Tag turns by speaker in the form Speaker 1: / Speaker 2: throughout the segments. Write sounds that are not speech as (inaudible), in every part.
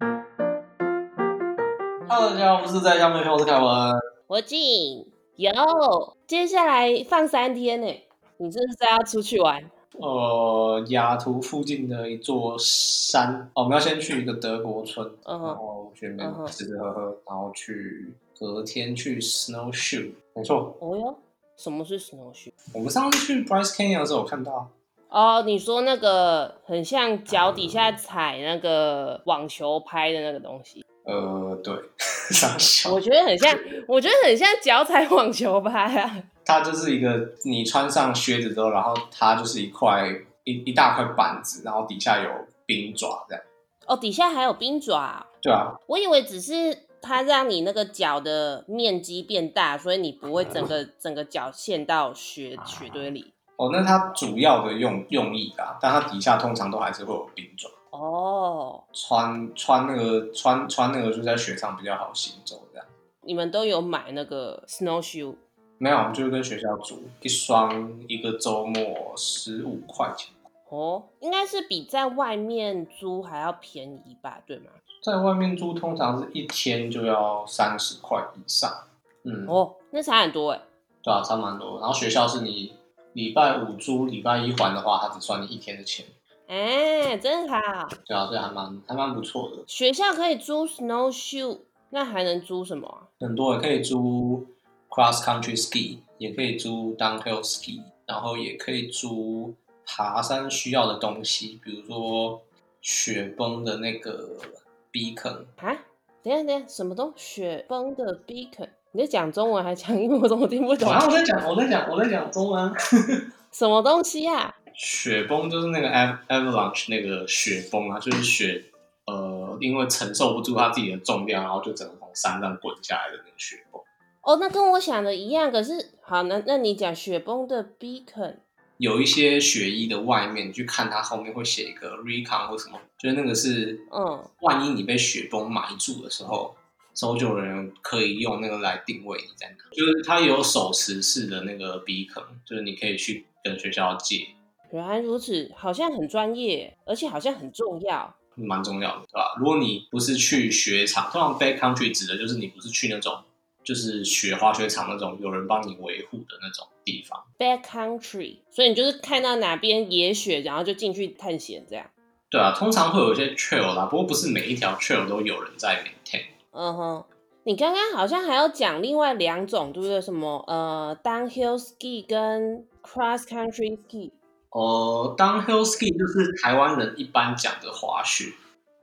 Speaker 1: 嗯
Speaker 2: Hello，大家好，我们是在下面票，我是凯文。
Speaker 1: 我进有，接下来放三天呢、你这是在要出去玩？
Speaker 2: 呃，雅图附近的一座山，哦，我们要先去一个德国村，然
Speaker 1: 嗯哼，
Speaker 2: 后去那
Speaker 1: 嗯哼
Speaker 2: 边吃吃喝喝，然后去隔天去 snowshoe。没错，
Speaker 1: 哦哟，什么是 snowshoe？
Speaker 2: 我们上次去 Bryce Canyon 的时候有看到啊，
Speaker 1: 哦，你说那个很像脚底下踩那个网球拍的那个东西，
Speaker 2: 呃，对，傻笑
Speaker 1: 我，觉得很像，我觉得很像脚踩网球拍啊。
Speaker 2: 它就是一个你穿上靴子之后，然后它就是一块一一大块板子，然后底下有冰爪这样。
Speaker 1: 哦，底下还有冰爪啊、
Speaker 2: 对啊，
Speaker 1: 我以为只是它让你那个脚的面积变大，所以你不会整个整个脚陷到雪雪堆里。
Speaker 2: 哦，那它主要的用用意啊，但它底下通常都还是会有冰爪。
Speaker 1: 哦，
Speaker 2: 穿穿那个穿穿那个就在雪上比较好行走这样。
Speaker 1: 你们都有买那个 snowshoe？
Speaker 2: 没有，我们就是跟学校租一双，一个周末十五块钱，
Speaker 1: 哦，应该是比在外面租还要便宜吧，对吗？
Speaker 2: 在外面租通常是一天就要三十块以上，嗯，
Speaker 1: 哦，那差很多哎。
Speaker 2: 对啊，差蛮多。然后学校是你礼拜五租，礼拜一还的话，它只算你一天的钱，
Speaker 1: 哎，真好，
Speaker 2: 对啊，这还蛮还蛮不错的。
Speaker 1: 学校可以租 snowshoe，那还能租什么啊？
Speaker 2: 很多人可以租 cross country ski，也可以租 downhill ski，然后也可以租爬山需要的东西，比如说雪崩的那个 beacon，
Speaker 1: 啊，等一下等一下，什么东雪崩的 beacon？你在讲中文还讲英文，我怎么听不懂？
Speaker 2: 啊然后我在讲，我在讲，我在讲中文啊。
Speaker 1: 什么东西啊？
Speaker 2: 雪崩就是那个 av- avalanche 那个雪崩啊，就是雪呃，因为承受不住它自己的重量，然后就整个从山上滚下来的那个雪崩。
Speaker 1: 哦，那跟我想的一样，可是好，那那你讲雪崩的 beacon，
Speaker 2: 有一些雪衣的外面，你去看它后面会写一个 recon 或什么，就是那个是
Speaker 1: 嗯，
Speaker 2: 万一你被雪崩埋住的时候，搜救人员可以用那个来定位你在哪。就是它有手持式的那个 beacon，就是你可以去跟学校借，
Speaker 1: 原来如此，好像很专业，而且好像很重要。
Speaker 2: 蛮重要的，对吧？如果你不是去雪场，通常 backcountry 指的就是你不是去那种就是雪滑雪场那种有人帮你维护的那种地方。
Speaker 1: Back country，所以你就是看到哪边野雪，然后就进去探险这样。
Speaker 2: 对啊，通常会有一些 trail 啦，不过不是每一条 trail 都有人在 maintain。
Speaker 1: 嗯哼，你刚刚好像还要讲另外两种，对不对？什么呃，downhill ski 跟 cross country ski。
Speaker 2: 呃，downhill ski 就是台湾人一般讲的滑雪，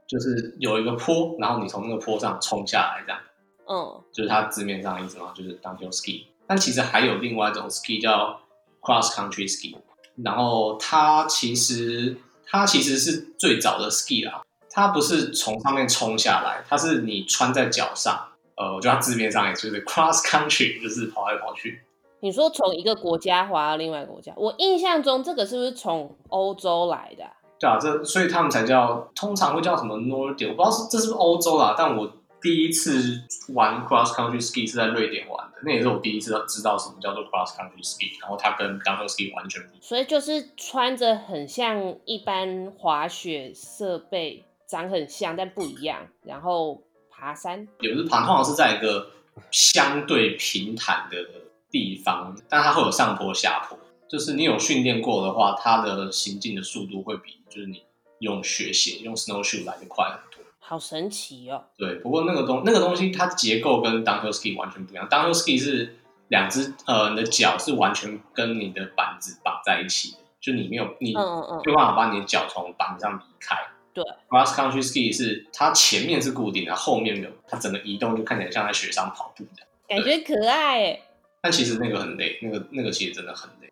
Speaker 2: 就是有一个坡，然后你从那个坡上冲下来，这样
Speaker 1: 嗯，
Speaker 2: 就是它字面上的意思嘛，就是 downhill ski。但其实还有另外一种 ski 叫 cross country ski，然后它其实它其实是最早的 ski 啦，它不是从上面冲下来，它是你穿在脚上。呃，我觉得它字面上也就是 cross country，就是跑来跑去。
Speaker 1: 你说从一个国家滑到另外一个国家，我印象中这个是不是从欧洲来的啊、
Speaker 2: 对啊，这所以他们才叫，通常会叫什么 Nordic，我不知道是这是不是欧洲啦，但我第一次玩 cross country ski 是在瑞典玩的，那也是我第一次知道什么叫做 cross country ski，然后它跟 downhill ski 完全不一样。
Speaker 1: 所以就是穿着很像一般滑雪设备，长很像但不一样，然后爬山。
Speaker 2: 也不是爬，通常是在一个相对平坦的地方，但它会有上坡下坡，就是你有训练过的话，它的行进的速度会比就是你用雪鞋用 snowshoe 来的快很多。
Speaker 1: 好神奇哦！
Speaker 2: 对，不过那个东那个东西，它结构跟 downhill ski 完全不一样。downhill ski 是两只呃，你的脚是完全跟你的板子绑在一起的，就你没有你
Speaker 1: 嗯嗯
Speaker 2: 没有办法把你的脚从板子上离开。
Speaker 1: 对
Speaker 2: ，cross country ski 是它前面是固定的，后面没有，它整个移动就看起来像在雪上跑步这样。
Speaker 1: 嗯，感觉可爱哎。
Speaker 2: 但其实那个很累，那个那个其实真的很累，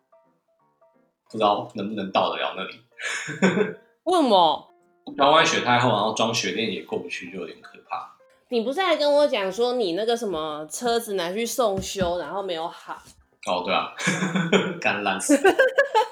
Speaker 2: 不知道能不能到得了那里。
Speaker 1: 为什么？
Speaker 2: 然后万一雪太厚，然后装雪链也过不去，就有点可怕。
Speaker 1: 你不是还跟我讲说你那个什么车子拿去送修，然后没有好？
Speaker 2: 哦，对啊， (laughs) 干烂死。 (laughs)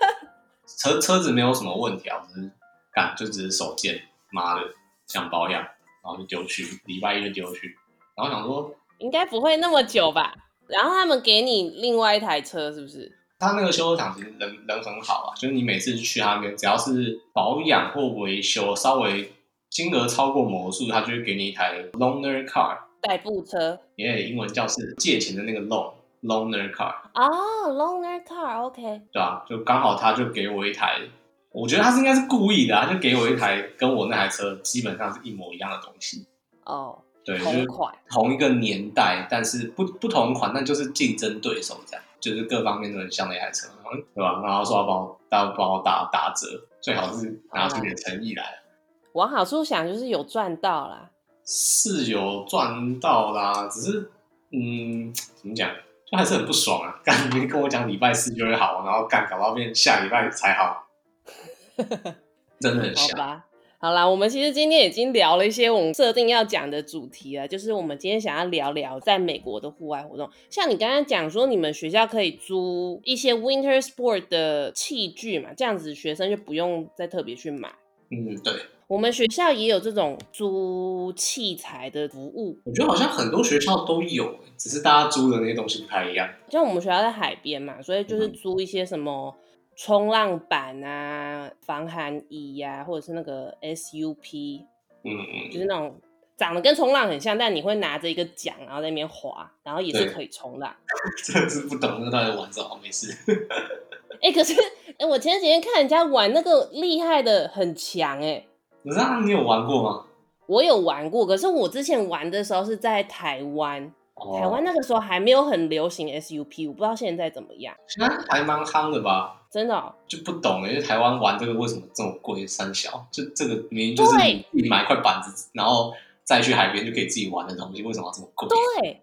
Speaker 2: 车车子没有什么问题啊，只是干就只是手贱，妈的想保养，然后就丢去，礼拜一就丢去，然后想说
Speaker 1: 应该不会那么久吧？然后他们给你另外一台车，是不是？
Speaker 2: 他那个修车厂其实人人很好啊，就是你每次去他那边，只要是保养或维修稍微金额超过魔术，他就会给你一台 loaner car，
Speaker 1: 代步车
Speaker 2: 因为英文叫是借钱的那个 loan loaner car，
Speaker 1: 哦、l o n e r car，OK，、
Speaker 2: 对吧、就刚好他就给我一台，我觉得他是应该是故意的、啊，他就给我一台跟我那台车基本上是一模一样的东西。
Speaker 1: 哦，
Speaker 2: 对，就
Speaker 1: 同
Speaker 2: 是
Speaker 1: 款，
Speaker 2: 同一个年代，但是不不同款，但就是竞争对手这样，就是各方面都很像那台车，嗯对吧、然后说要帮我打帮我打打折，最好是拿出点诚意来。
Speaker 1: 往好处想就是有赚到啦。
Speaker 2: 是有赚到啦，只是嗯，怎么讲，就还是很不爽啊。干，你跟我讲礼拜四就会好，然后干搞到变下礼拜才
Speaker 1: (laughs)
Speaker 2: 好，真的很
Speaker 1: 好
Speaker 2: 像。
Speaker 1: 吧，好啦，我们其实今天已经聊了一些我们设定要讲的主题了，就是我们今天想要聊聊在美国的户外活动。像你刚刚讲说，你们学校可以租一些 winter sport 的器具嘛，这样子学生就不用再特别去买。
Speaker 2: 嗯，对，
Speaker 1: 我们学校也有这种租器材的服务，
Speaker 2: 我觉得好像很多学校都有，欸只是大家租的那些东西不太一样。
Speaker 1: 像我们学校在海边嘛，所以就是租一些什么冲浪板啊、防寒衣呀、或者是那个 SUP
Speaker 2: 嗯嗯， (laughs)
Speaker 1: 就是那种长得跟冲浪很像，但你会拿着一个桨，然后在那边滑，然后也是
Speaker 2: 对
Speaker 1: 可以冲浪。
Speaker 2: 真的是不懂那个到底玩什么，没事。 (laughs)
Speaker 1: 哎、可是、诶我前几天看人家玩那个厉害的很强哎、诶
Speaker 2: 可是啊，你有玩过吗？
Speaker 1: 我有玩过，可是我之前玩的时候是在台湾，
Speaker 2: 哦
Speaker 1: 台湾那个时候还没有很流行 SUP，我不知道现在怎么样。
Speaker 2: 现在还蛮夯的吧？
Speaker 1: 真的、哦，
Speaker 2: 就不懂欸因为台湾玩这个为什么这么贵？三小就这个明明就是
Speaker 1: 对
Speaker 2: 你买块板子，然后再去海边就可以自己玩的东西，为什么要这么贵？
Speaker 1: 对，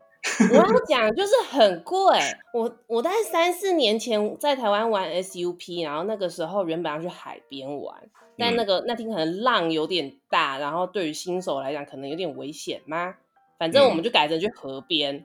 Speaker 1: 我要讲就是很贵。我我大概三四年前在台湾玩 SUP，然后那个时候原本要去海边玩，但那个、那天可能浪有点大，然后对于新手来讲可能有点危险嘛。反正我们就改成去河边，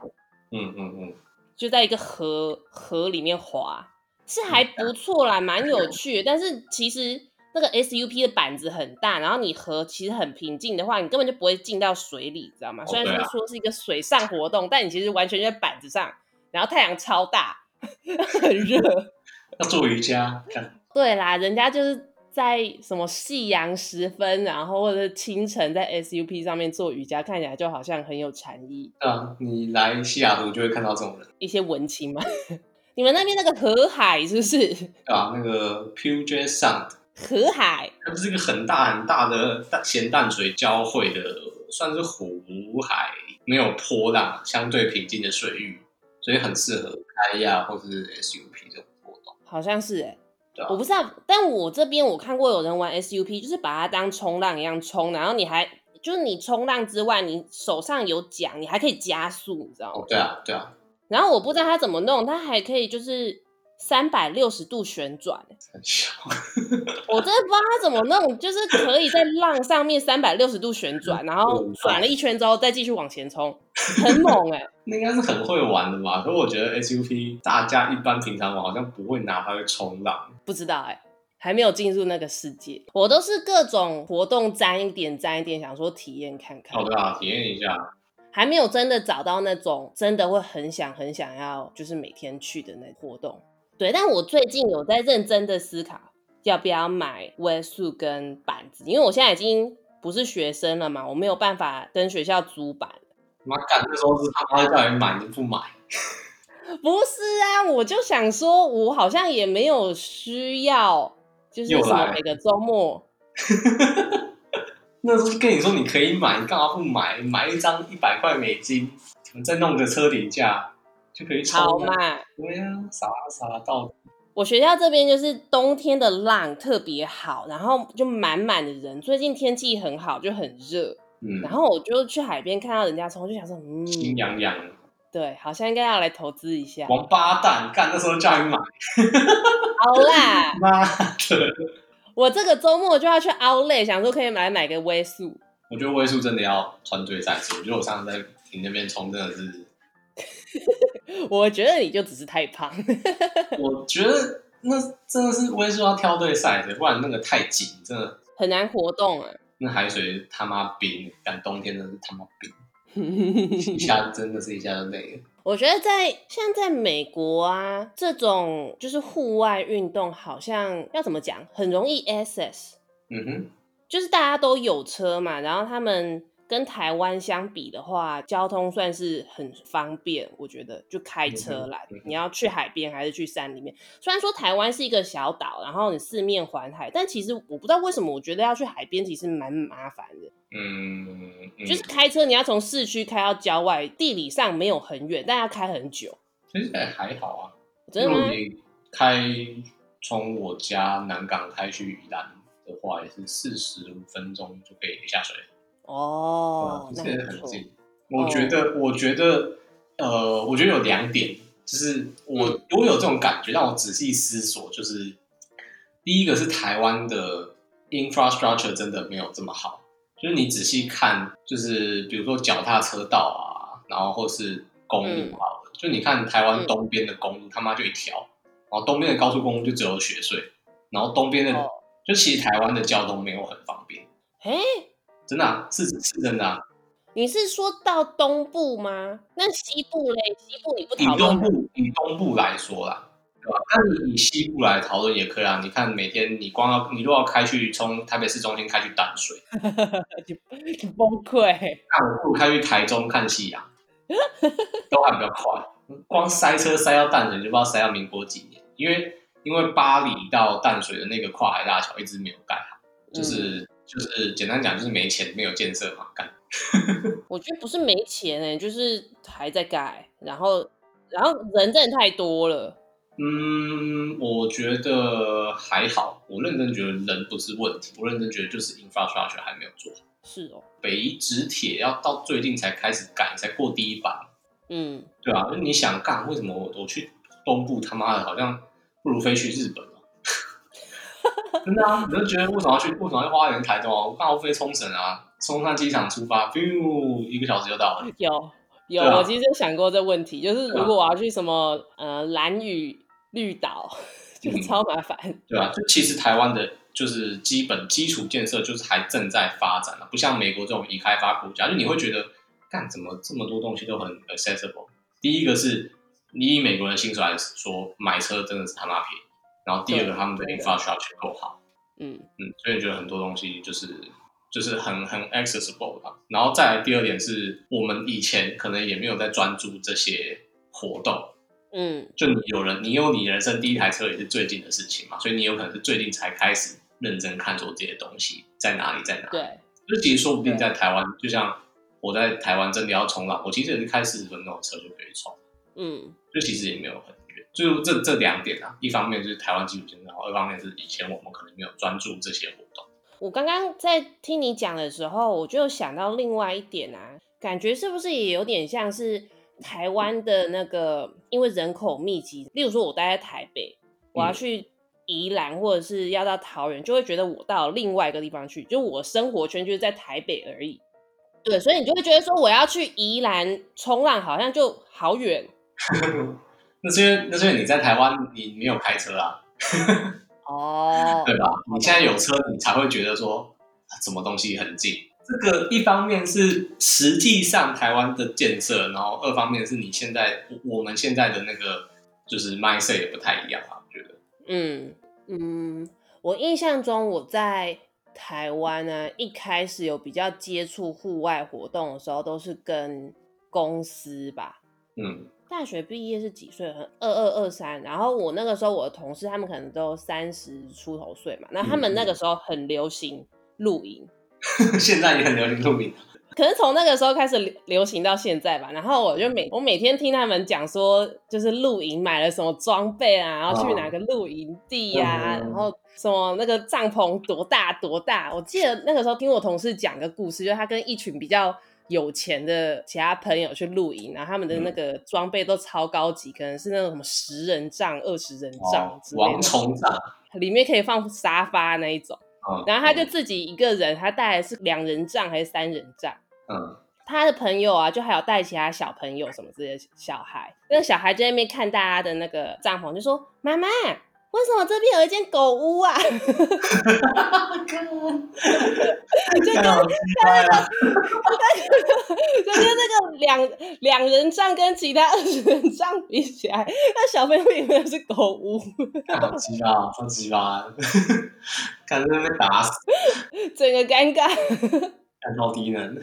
Speaker 2: 嗯嗯嗯，
Speaker 1: 就在一个河河里面滑，是还
Speaker 2: 嗯
Speaker 1: 不错啦，蛮有趣的。但是其实那个 SUP 的板子很大，然后你河其实很平静的话，你根本就不会进到水里，知道吗？
Speaker 2: 哦
Speaker 1: 虽然
Speaker 2: 对
Speaker 1: 说
Speaker 2: 啊
Speaker 1: 说是一个水上活动，但你其实完全就在板子上，然后太阳超大，很热。 (laughs)
Speaker 2: 要做瑜伽，看
Speaker 1: 对啦，人家就是在什么夕阳时分，然后或者是清晨在 SUP 上面做瑜伽，看起来就好像很有禅意。
Speaker 2: 啊，你来西雅图就会看到这种人，
Speaker 1: 一些文青嘛， (laughs) 你们那边那个河海是不是？
Speaker 2: 对吧、啊那个 Puget Sound，
Speaker 1: 河海
Speaker 2: 它不是一个很大很大的淡咸淡水交汇的，算是湖海，没有波浪，相对平静的水域，所以很适合开亚或是 SUP 这种活动，
Speaker 1: 好像是哎、
Speaker 2: 对吧、
Speaker 1: 我不知道，但我这边我看过有人玩 SUP，就是把它当冲浪一样冲，然后你还就是你冲浪之外，你手上有桨，你还可以加速，你知道吗？
Speaker 2: 哦，对啊，对啊，
Speaker 1: 然后我不知道它怎么弄，它还可以就是三百六十度旋转、欸，
Speaker 2: 很小，
Speaker 1: 我真的不知道它怎么弄，就是可以在浪上面三百六十度旋转，然后转了一圈之后再继续往前冲，很猛哎、
Speaker 2: 那应该是很会玩的吧？可是我觉得 SUP 大家一般平常玩好像不会拿它去冲浪，
Speaker 1: 不知道哎、还没有进入那个世界，我都是各种活动沾一点沾一点，想说体验看看。
Speaker 2: 哦，对啊，体验一下，
Speaker 1: 还没有真的找到那种真的会很想很想要，就是每天去的那活动。对，但我最近有在认真的思考要不要买微素跟板子，因为我现在已经不是学生了嘛，我没有办法跟学校租板。
Speaker 2: 妈干，那时候是他妈叫你买你就不买。
Speaker 1: 不是啊，我就想说，我好像也没有需要，就是
Speaker 2: 又
Speaker 1: 什么
Speaker 2: 来
Speaker 1: 每个周末
Speaker 2: 那时候跟你说你可以买，你干嘛不买？买一张一百块美金，再弄个车底价就可以冲
Speaker 1: 好
Speaker 2: 了。
Speaker 1: 嘛。
Speaker 2: 对呀、傻傻到底
Speaker 1: 我学校这边就是冬天的浪特别好，然后就满满的人。最近天气很好，就很热，
Speaker 2: 嗯
Speaker 1: 然，后我就去海边看到人家冲，我就想说，嗯，
Speaker 2: 心痒痒。
Speaker 1: 对，好像应该要来投资一下。
Speaker 2: 王八蛋，干那时候叫你买，
Speaker 1: 好啦，
Speaker 2: 妈的！
Speaker 1: 我这个周末就要去 Outlet，想说可以来买个微素。我
Speaker 2: 我觉得位数真的要穿对赛事。我觉得我上次在你那边冲真的是，
Speaker 1: 我觉得你就只是太胖， (laughs)
Speaker 2: (laughs) 我觉得那真的是位数要挑对赛的，不然那个太紧，真的
Speaker 1: 很难活动啊。
Speaker 2: 那海水他妈冰，干冬天真的是他妈冰，一下真的是一下就累了。
Speaker 1: 我觉得在像在美国啊，这种就是户外运动，好像要怎么讲，很容易 access。
Speaker 2: 嗯哼，
Speaker 1: 就是大家都有车嘛，然后他们跟台湾相比的话，交通算是很方便，我觉得就开车来，
Speaker 2: 嗯哼嗯哼
Speaker 1: 你要去海边还是去山里面？虽然说台湾是一个小岛，然后你四面环海，但其实我不知道为什么，我觉得要去海边其实蛮麻烦的。
Speaker 2: 嗯，嗯
Speaker 1: 就是开车你要从市区开到郊外，地理上没有很远，但要开很久。
Speaker 2: 其实也还好啊，
Speaker 1: 真的
Speaker 2: 因
Speaker 1: 吗？
Speaker 2: 为你开从我家南港开去宜兰的话，也是四十五分钟就可以下水了。
Speaker 1: 哦，
Speaker 2: 对
Speaker 1: 那
Speaker 2: 啊这个
Speaker 1: 还不
Speaker 2: 很
Speaker 1: 错。哦
Speaker 2: 近。我觉得，我觉得，呃，我觉得有两点，就是我、
Speaker 1: 嗯
Speaker 2: 我有这种感觉，让我仔细思索，就是第一个是台湾的 infrastructure 真的没有这么好，就是你仔细看，就是比如说脚踏车道啊，然后或是公
Speaker 1: 嗯
Speaker 2: 路好了，就你看台湾
Speaker 1: 嗯
Speaker 2: 东边的公路、他妈就一条，然后东边的高速公路就只有雪隧，然后东边的、
Speaker 1: 哦
Speaker 2: 就其实台湾的交通没有很方便，
Speaker 1: 哎，
Speaker 2: 真的、啊、是是真的、啊。
Speaker 1: 你是说到东部吗？那西部嘞？西部你不
Speaker 2: 以
Speaker 1: 讨论
Speaker 2: 东
Speaker 1: 吗？
Speaker 2: 部以东部来说啦，对吧？那你以西部来讨论也可以啊。你看每天你光要你如果要开去从台北市中心开去淡水，
Speaker 1: (laughs) 你崩溃。
Speaker 2: 那我不如开去台中看夕阳，都还比较快。光塞车塞到淡水就不知道塞到民国几年，因为因为巴黎到淡水的那个跨海大桥一直没有盖好，就是、就是简单讲就是没钱没有建设嘛，干
Speaker 1: 嗯我觉得不是没钱哎、就是还在盖，然后然后人真的太多了。
Speaker 2: 嗯，我觉得还好。我认真觉得人不是问题，我认真觉得就是 infrastructure 还没有做好。
Speaker 1: 是哦，
Speaker 2: 北宜直铁要到最近才开始改，才过第一版，
Speaker 1: 嗯，
Speaker 2: 对啊，那你想干？为什么我我去东部他妈的，好像不如飞去日本哦？真的啊， (laughs) 你就觉得为什么要去？为什么要花莲、台东啊？我刚好飞冲绳啊，松山机场出发，biu 一个小时就到了。
Speaker 1: 有有，
Speaker 2: 对啊
Speaker 1: 我其实有想过这问题，就是
Speaker 2: 对啊
Speaker 1: 如果我要去什么呃蓝屿绿岛， (laughs) 就
Speaker 2: 嗯
Speaker 1: 超麻烦。
Speaker 2: 对啊，就其实台湾的就是基本基础建设就是还正在发展啊，不像美国这种已开发国家，就你会觉得干怎么这么多东西都很 accessible。第一个是你以美国人的薪水来说，买车真的是他妈便宜，然后第二个
Speaker 1: 对
Speaker 2: 他们的
Speaker 1: 真的
Speaker 2: infrastructure 够好，
Speaker 1: 嗯，
Speaker 2: 嗯，所以觉得很多东西就是就是很很 accessible 吧。然后再来第二点是我们以前可能也没有在专注这些活动，
Speaker 1: 嗯，
Speaker 2: 就你有人，你有你人生第一台车也是最近的事情嘛，所以你有可能是最近才开始认真看说这些东西在哪里，在哪里。
Speaker 1: 对，
Speaker 2: 就其实说不定在台湾，就像我在台湾真的要冲浪，我其实也是开四十分钟的车就可以冲，
Speaker 1: 嗯，
Speaker 2: 就其实也没有很远。就这这两点啊，一方面就是台湾基础建设好，二方面是以前我们可能没有专注这些活动。
Speaker 1: 我刚刚在听你讲的时候，我就想到另外一点啊，感觉是不是也有点像是台湾的那个，因为人口密集，例如说我待在台北，我要
Speaker 2: 嗯
Speaker 1: 去宜兰或者是要到桃园，就会觉得我到另外一个地方去，就我生活圈就是在台北而已。对，所以你就会觉得说我要去宜兰冲浪，好像就好远 (laughs)
Speaker 2: 那是因为那是因为你在台湾你没有开车啊，
Speaker 1: 哦
Speaker 2: 对吧？你现在有车，你才会觉得说啊什么东西很近。这个一方面是实际上台湾的建设，然后二方面是你现在我我们现在的那个就是 mindset 也不太一样啊，我觉得。
Speaker 1: 嗯嗯，我印象中我在台湾呢、一开始有比较接触户外活动的时候，都是跟公司吧。
Speaker 2: 嗯 (laughs)
Speaker 1: 大学毕业是几岁？二二二三。然后我那个时候，我的同事他们可能都三十出头岁嘛，那他们那个时候很流行露营，，
Speaker 2: 现在也很流行露营，
Speaker 1: 可能从那个时候开始流流行到现在吧。然后我就每我每天听他们讲说，就是露营买了什么装备啊，然后去
Speaker 2: 哦
Speaker 1: 哪个露营地呀、
Speaker 2: 嗯
Speaker 1: 然后什么那个帐篷多大多大。我记得那个时候听我同事讲个故事，就是他跟一群比较。有钱的其他朋友去露营，然后他
Speaker 2: 嗯
Speaker 1: 们的那个装备都超高级，可能是那种什么十人帐、二十人帐
Speaker 2: 哦
Speaker 1: 之类的。
Speaker 2: 王重长，
Speaker 1: 里面可以放沙发那一种。
Speaker 2: 嗯，
Speaker 1: 然后他就自己一个人，他带的是两人帐还是三人帐？ (laughs)
Speaker 2: 嗯，
Speaker 1: 他的朋友啊，就还有带其他小朋友什么之类的小孩，那个小孩就在那边看大家的那个帐篷，就说：“妈妈，为什么这边有一间狗屋啊？” (laughs)
Speaker 2: (laughs) 就跟
Speaker 1: 就跟那个两两人帐跟其他二十人帐比起来，那小朋友以为是狗屋，
Speaker 2: 好鸡巴，好 (laughs) 鸡巴，感觉被打死。
Speaker 1: 整个尴尬。
Speaker 2: 干超低能。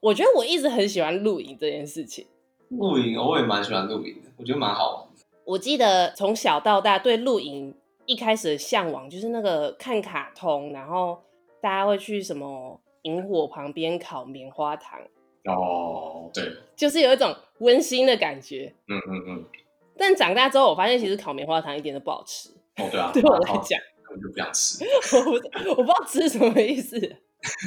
Speaker 1: 我觉得我一直很喜欢露营这件事情。
Speaker 2: 露营我也蛮喜欢露营的，我觉得蛮好玩的。
Speaker 1: 我记得从小到大对露营一开始的向往，就是那个看卡通，然后大家会去什么萤火旁边烤棉花糖，
Speaker 2: 哦，对，
Speaker 1: 就是有一种温馨的感觉。
Speaker 2: 嗯嗯嗯，
Speaker 1: 但长大之后，我发现其实烤棉花糖一点都不好吃，
Speaker 2: 哦对啊，
Speaker 1: (laughs) 对我来
Speaker 2: 然后
Speaker 1: 讲，
Speaker 2: 根本就不想吃。
Speaker 1: 我不我不知道吃什么意思。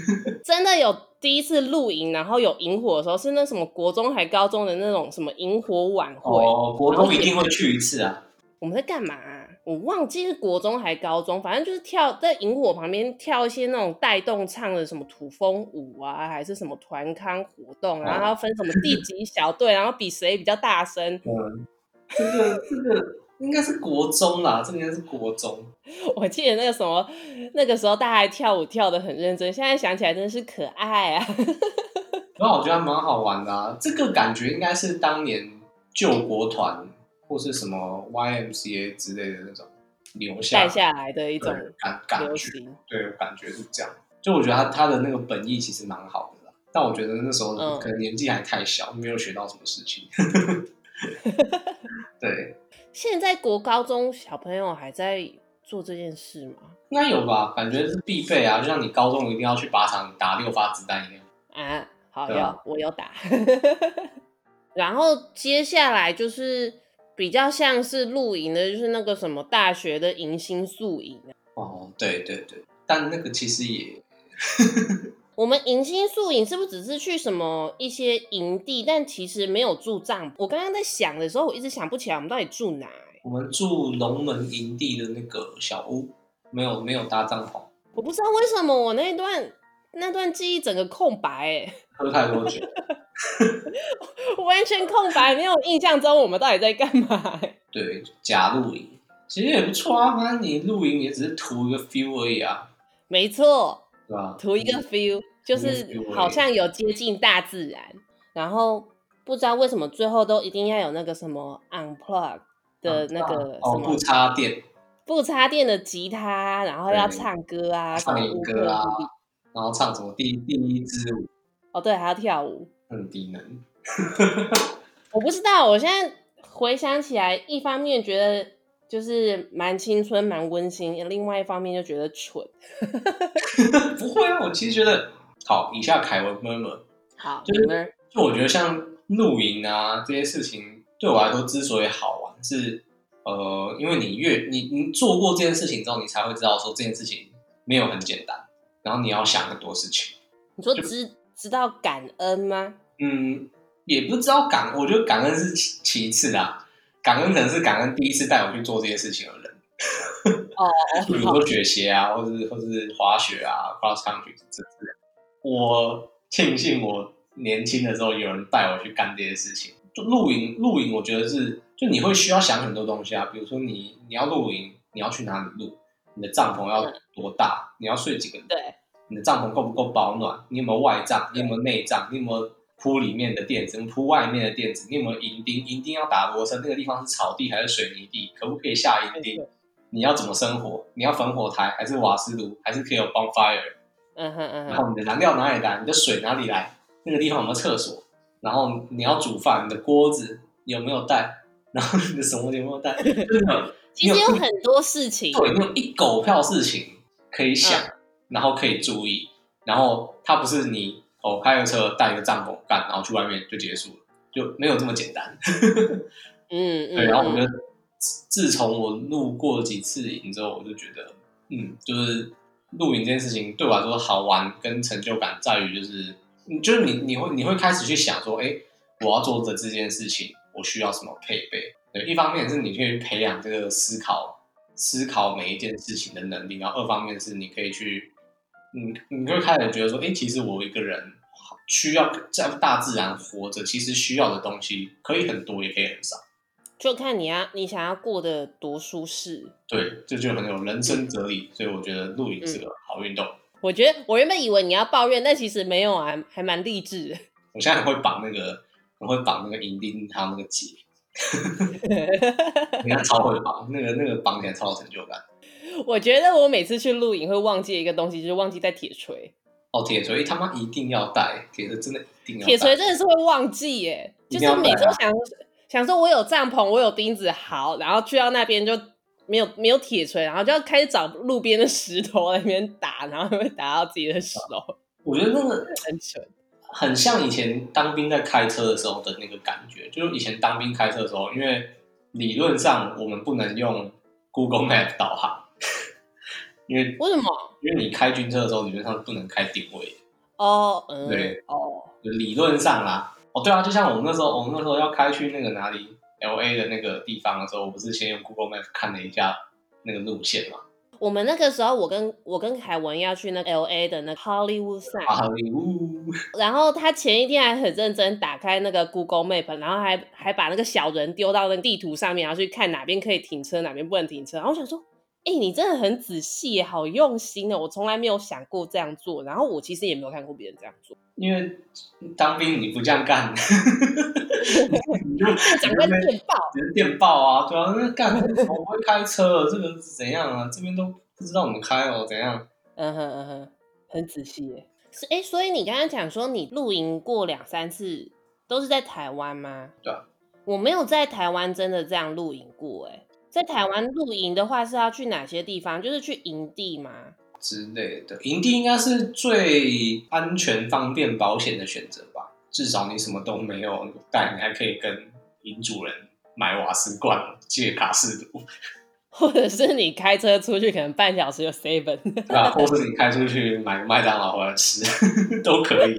Speaker 2: (laughs)
Speaker 1: 真的有第一次露营，然后有萤火的时候，是那什么国中还高中的那种什么萤火晚会，
Speaker 2: 哦，国中一定会去一次啊。
Speaker 1: 我们在干嘛啊、我忘记是国中还高中，反正就是跳在萤火旁边跳一些那种带动唱的什么土风舞啊，还是什么团康活动，
Speaker 2: 哦
Speaker 1: 啊然后要分什么地级小队，然后比谁比较大声。
Speaker 2: 嗯，这个这个应该是国中啦，这个应该是国中。
Speaker 1: (laughs) 我记得那个什么，那个时候大家还跳舞跳得很认真，现在想起来真的是可爱啊。
Speaker 2: 然后我觉得还蛮好玩的、啊，这个感觉应该是当年救国团或是什么 YMCA 之类的那种留下
Speaker 1: 带下来的一
Speaker 2: 一
Speaker 1: 种
Speaker 2: 感感
Speaker 1: 流
Speaker 2: 觉，
Speaker 1: 行。
Speaker 2: 对，感觉是这样。就我觉得他他的那个本意其实蛮好的啦，但我觉得那时候
Speaker 1: 嗯
Speaker 2: 可能年纪还太小，没有学到什么事
Speaker 1: (laughs)
Speaker 2: 情。 (laughs) 对，
Speaker 1: 现在国高中小朋友还在做这件事吗？
Speaker 2: 应该有吧？感觉是必备啊，就像你高中一定要去靶场打六发子弹一样。
Speaker 1: 啊，好
Speaker 2: 对
Speaker 1: 有、
Speaker 2: 啊
Speaker 1: 我有打。 (laughs) 然后接下来就是比较像是露营的，就是那个什么大学的迎新宿营啊。
Speaker 2: 哦，对对对，但那个其实也
Speaker 1: 我们迎新宿营是不是只是去什么一些营地，但其实没有住帐篷？我刚刚在想的时候，我一直想不起来我们到底住哪、欸
Speaker 2: 我们住龙门营地的那个小屋，没有没有搭帐篷，
Speaker 1: 我不知道为什么我那一段那段记忆整个空白、欸， (laughs)
Speaker 2: 喝太多酒。 (laughs)
Speaker 1: 完全空白，没有印象中我们到底在干嘛、欸
Speaker 2: 对，假露营其实也不错啊，反正你露营也只是图一个 feel 而已啊，
Speaker 1: 没错，
Speaker 2: 对吧？
Speaker 1: 图一个 feel，就是好像有接近大自然，然后不知道为什么最后都一定要有那个什么 unplug 的那个什
Speaker 2: 哦，
Speaker 1: 么
Speaker 2: 不插电，
Speaker 1: 不插电的吉他，然后要唱歌啊，
Speaker 2: 唱
Speaker 1: 什么乌克
Speaker 2: 歌啊
Speaker 1: 丽丽
Speaker 2: 然后唱什么第第一支舞，
Speaker 1: 哦对，还要跳舞。
Speaker 2: 很低能。 (laughs)
Speaker 1: 我不知道，我现在回想起来，一方面觉得就是蛮青春、蛮温馨，另外一方面就觉得蠢。
Speaker 2: 不会啊，我其实觉得，好，以下凯文 murmur，
Speaker 1: 好，
Speaker 2: 就
Speaker 1: 你
Speaker 2: 是
Speaker 1: 们
Speaker 2: 就我觉得像露营啊这些事情，对我来说之所以好玩是，呃，因为你越你你做过这件事情之后，你才会知道说这件事情没有很简单，然后你要想很多事情。
Speaker 1: 你说知知道感恩吗？
Speaker 2: 嗯，也不知道感，我觉得感恩是其其次啦，感恩可能是感恩第一次带我去做这些事情的人。 (laughs) 比如
Speaker 1: 哦，好，
Speaker 2: 说雪鞋啊，或是或是滑雪啊，cross country 这之类的。我庆幸我年轻的时候有人带我去干这些事情。就露营，露营我觉得是，就你会需要想很多东西啊，比如说你你要露营，你要去哪里露，你的帐篷要多大，你要睡几个人，
Speaker 1: 对，
Speaker 2: 你的帐篷够不够保暖，你有没有外帐，你有没有内帐，你有没有铺里面的垫子，你有没有铺外面的垫子，你有没有营钉，营钉要打多深，那个地方是草地还是水泥地，可不可以下营
Speaker 1: 没
Speaker 2: 钉
Speaker 1: 错，
Speaker 2: 你要怎么生火？你要焚火台还是瓦斯炉，还是可以有 bonfire？
Speaker 1: 嗯哼嗯
Speaker 2: 然
Speaker 1: 哼，
Speaker 2: 后你的燃料哪里来？你的水哪里来？那个地方有没有厕所？然后你要煮饭，你的锅子有没有带？然后你的什么有没有带？就是你有
Speaker 1: 其实有很多事情，
Speaker 2: 对，你有一狗票事情可以想，然后可以注意，然后它不是你哦开个车带一个帐篷干，然后去外面就结束了，就没有这么简单。
Speaker 1: 嗯嗯，
Speaker 2: 对，然后我
Speaker 1: 嗯
Speaker 2: 觉得自自从我录过几次营之后，我就觉得，嗯，就是录影这件事情对我来说好玩跟成就感在于就是，嗯就是你你会你会开始去想说，哎，我要做的这件事情，我需要什么配备？对，一方面是你可以培养这个思考思考每一件事情的能力，然后二方面是你可以去，嗯，你会开始觉得说，哎，其实我一个人。需要在大自然活着，其实需要的东西可以很多，也可以很少。
Speaker 1: 就看你要你想要过得多舒适。嗯
Speaker 2: 对，这就很有人生哲理，所以我觉得露营是个好运动。
Speaker 1: 我觉得我原本以为你要抱怨，但其实没有啊，还蛮励志的。 (laughs)
Speaker 2: 我现在很会绑那个，很会绑那个银钉，还有那个
Speaker 1: (laughs)
Speaker 2: 结，你看超会绑，那个那个绑起来超有成就感。
Speaker 1: 我觉得我每次去露营会忘记一个东西，就是忘记带铁锤。
Speaker 2: 哦，铁锤他妈一定要带，铁锤真的一定要带。
Speaker 1: 铁锤真的是会忘记耶，
Speaker 2: 一
Speaker 1: 就
Speaker 2: 定要
Speaker 1: 是每次
Speaker 2: 带啊
Speaker 1: 都想想说我有帐篷，我有钉子，好，然后去到那边就没有没有铁锤，然后就要开始找路边的石头在那边打，然后会打到
Speaker 2: (laughs)
Speaker 1: 自
Speaker 2: 啊
Speaker 1: 己的手，
Speaker 2: 我觉得那个
Speaker 1: 很蠢。
Speaker 2: 很像以前当兵在开车的时候的那个感觉，就是以前当兵开车的时候，因为理论上我们不能用 Google Map 导航，因为
Speaker 1: 为什么？
Speaker 2: 因为你开军车的时候理论上不能开定位，
Speaker 1: 哦，嗯
Speaker 2: 对，
Speaker 1: 哦，
Speaker 2: 理论上啦。哦，对啊，就像我们那时候，我们那时候要开去那个哪里 L A 的那个地方的时候，我不是先用 Google Map 看了一下那个路线嘛，
Speaker 1: 我们那个时候，我跟我跟凯文要去那个 L A 的那个 Hollywood sign，、
Speaker 2: 啊，呜，
Speaker 1: 然后他前一天还很认真打开那个 Google Map，然后还还把那个小人丢到那个地图上面，然后去看哪边可以停车，哪边不能停车。然后我想说，哎、你真的很仔细耶，好用心哦，我从来没有想过这样做。然后我其实也没有看过别人这样做，
Speaker 2: 因为当兵你不这样干，你就
Speaker 1: 长
Speaker 2: 你就
Speaker 1: 官
Speaker 2: 被
Speaker 1: 电报，
Speaker 2: 只能电报啊，对啊，那干我不会开车了，这个是怎样啊？这边都不知道怎么开哦，怎样？
Speaker 1: 嗯哼嗯哼，很仔细耶。是哎、所以你刚刚讲说你露营过两三次，都是在台湾吗？
Speaker 2: 对啊
Speaker 1: 我没有在台湾真的这样露营过哎。在台湾露营的话是要去哪些地方？就是去营地吗？ (laughs)
Speaker 2: 之类的。营地应该是最安全、方便、保险的选择吧。至少你什么都没有但你还可以跟营主人买瓦斯罐、借卡式炉，
Speaker 1: 或者是你开车出去，可能半小时有 seven，
Speaker 2: 对吧？或是你开出去买个麦当劳回来吃， (laughs) 都可以，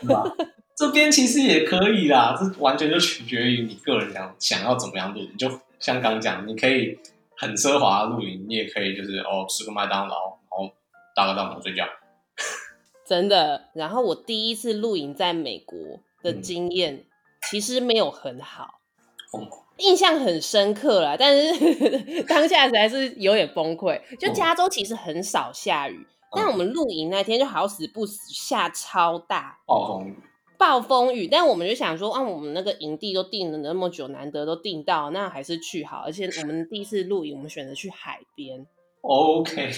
Speaker 2: 对吧？这边其实也可以啦，这完全就取决于你个人想想要怎么样露营。就像刚讲，你可以很奢华的露营，你也可以就是哦吃个麦当劳，然后搭个帐篷睡觉。
Speaker 1: 真的。然后我第一次露营在美国的经验，其实没有很好，
Speaker 2: 哦
Speaker 1: 印象很深刻啦，但是 (laughs) 当下实在是有点崩溃。就加州其实很少下雨，但我们露营那天就好死不死下超大，
Speaker 2: 暴风雨，
Speaker 1: 暴风雨，但我们就想说，啊，我们那个营地都定了那么久，难得都定到，那还是去好。而且我们第一次露营，我们选择去海边， (laughs)
Speaker 2: OK，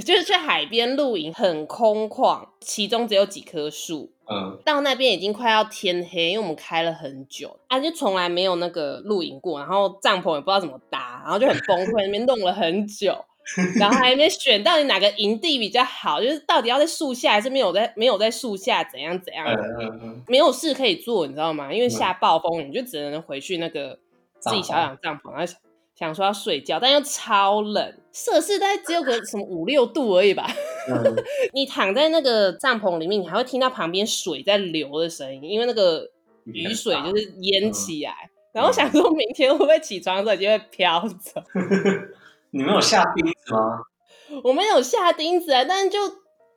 Speaker 1: 就是去海边露营，很空旷，其中只有几棵树。
Speaker 2: (laughs) 嗯，
Speaker 1: 到那边已经快要天黑，因为我们开了很久，啊，就从来没有那个露营过，然后帐篷也不知道怎么搭，然后就很崩溃，那边弄了很久，
Speaker 2: (laughs)
Speaker 1: 然后还没选到底哪个营地比较好，就是到底要在树下还是没有在没有在树下，怎样怎样的，
Speaker 2: 嗯嗯嗯，
Speaker 1: 没有事可以做，你知道吗？因为下暴风雨，你就只能回去那个自
Speaker 2: 帐
Speaker 1: 己
Speaker 2: 篷
Speaker 1: 小小帐篷，然后想想说要睡觉，但又超冷，摄氏大概只有个什么五六度而已吧。
Speaker 2: 嗯
Speaker 1: 你躺在那个帐篷里面，你还会听到旁边水在流的声音，因为那个雨水就是淹起来。然后想说明天会不会起床的时候就会飘走。
Speaker 2: 你们有下钉子吗？
Speaker 1: 我没有下钉子啊，但是就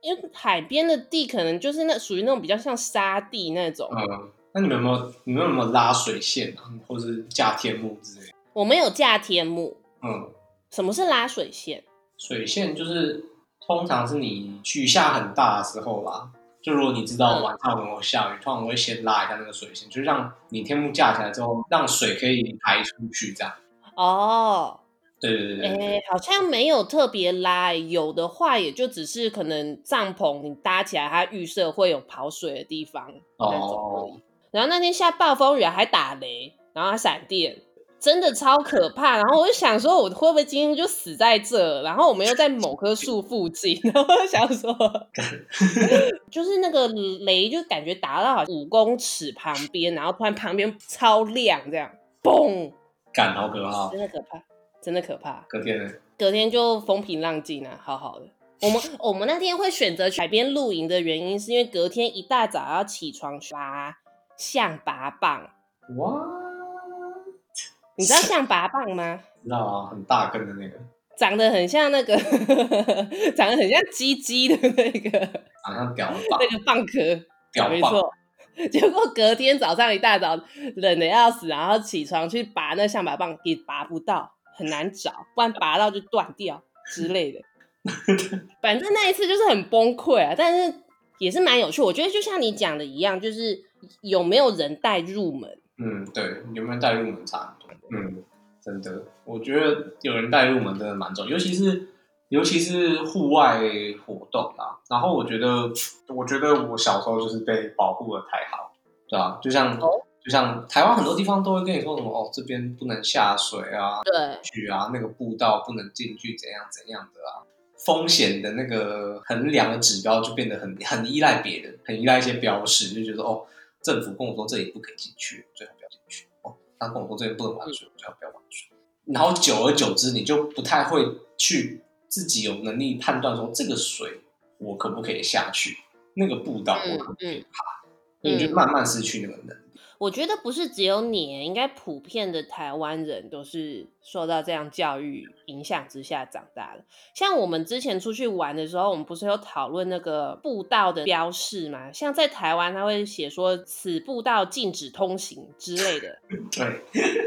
Speaker 1: 因为海边的地可能就是那属于那种比较像沙地那种，
Speaker 2: 嗯，那你们有没有你们有没有拉水线啊，或是架天幕之类的？
Speaker 1: 我没有架天幕。
Speaker 2: 嗯，
Speaker 1: 什么是拉水线？
Speaker 2: 水线就是通常是你雨下很大的时候啦。就如果你知道
Speaker 1: 嗯
Speaker 2: 晚上有没有下雨，通常我会先拉一下那个水线，就让你天幕架起来之后，让水可以排出去，这样。
Speaker 1: 哦，
Speaker 2: 对对对
Speaker 1: 哎、
Speaker 2: 对对，
Speaker 1: 好像没有特别拉欸、有的话也就只是可能帐篷你搭起来，它预设会有跑水的地方那种而已。
Speaker 2: 哦，
Speaker 1: 然后那天下暴风雨还打雷，然后还闪电，真的超可怕。然后我就想说，我会不会今天就死在这？然后我们又在某棵树附近， (laughs) 然后我就想
Speaker 2: (laughs)
Speaker 1: 说，就是那个雷就感觉打到好像五公尺旁边，然后突然旁边超亮，这样嘣，
Speaker 2: 干好可怕哦！
Speaker 1: 真的可怕，真的可怕。
Speaker 2: 隔天呢？
Speaker 1: 隔天就风平浪静啊，好好的。我们我们那天会选择去海边露营的原因，是因为隔天一大早要起床拔象拔蚌。
Speaker 2: 哇，
Speaker 1: 你知道象拔蚌吗？
Speaker 2: 知道啊，很大根的那个，
Speaker 1: 长得很像那个， (laughs) 长得很像鸡鸡的那个
Speaker 2: 好像屌棒
Speaker 1: 那个蚌壳，
Speaker 2: 屌
Speaker 1: 没
Speaker 2: 棒，
Speaker 1: 错。 (laughs) 结果隔天早上一大早冷的要死，然后起床去拔那象拔蚌，也拔不到，很难找，不然拔到就断掉之类的。反正那一次就是很崩溃啊，但是也是蛮有趣。我觉得就像你讲的一样，就是有没有人带入门，
Speaker 2: 嗯，对，有没有带入门差很多？嗯，真的，我觉得有人带入门真的蛮重要，尤其是尤其是户外活动啦。然后我觉得，我觉得我小时候就是被保护的太好，对啊，就像、
Speaker 1: 哦
Speaker 2: 就像台湾很多地方都会跟你说什么哦，这边不能下水啊，
Speaker 1: 对，
Speaker 2: 去啊，那个步道不能进去，怎样怎样的啊。风险的那个衡量的指标就变得很很依赖别人，很依赖一些标识，就觉得哦，政府跟我说这里不可以进去，最好不要进去。哦，他跟我说这里不能玩水，最好不要玩水。然后久而久之，你就不太会去自己有能力判断说这个水我可不可以下去，那个步道我可不可
Speaker 1: 嗯
Speaker 2: 以爬，所以你就慢慢失去那个能力。
Speaker 1: 我觉得不是只有你，欸应该普遍的台湾人都是受到这样教育影响之下长大的。像我们之前出去玩的时候，我们不是有讨论那个步道的标示吗？像在台湾，他会写说此步道禁止通行之类的，
Speaker 2: (laughs) 对，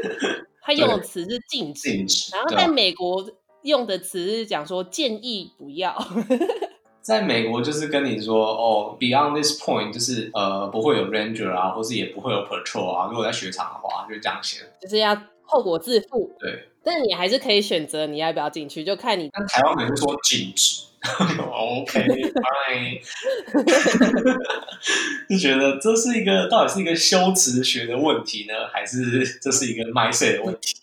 Speaker 1: (laughs) 他用的词是禁止。
Speaker 2: 禁止。
Speaker 1: 然后
Speaker 2: 对啊
Speaker 1: 在美国用的词是讲说建议不要， (laughs)
Speaker 2: 在美国就是跟你说哦，beyond this point 就是呃不会有 ranger 啊，或是也不会有 patrol 啊。如果在雪场的话，就是这样写。
Speaker 1: 就是要后果自负。
Speaker 2: 对，
Speaker 1: 但你还是可以选择你要不要进去，就看你
Speaker 2: 但台湾人就说禁止 (laughs) 哦，OK fine，就觉得这是一个到底是一个修辞学的问题呢，还是这是一个 mindset 的问题？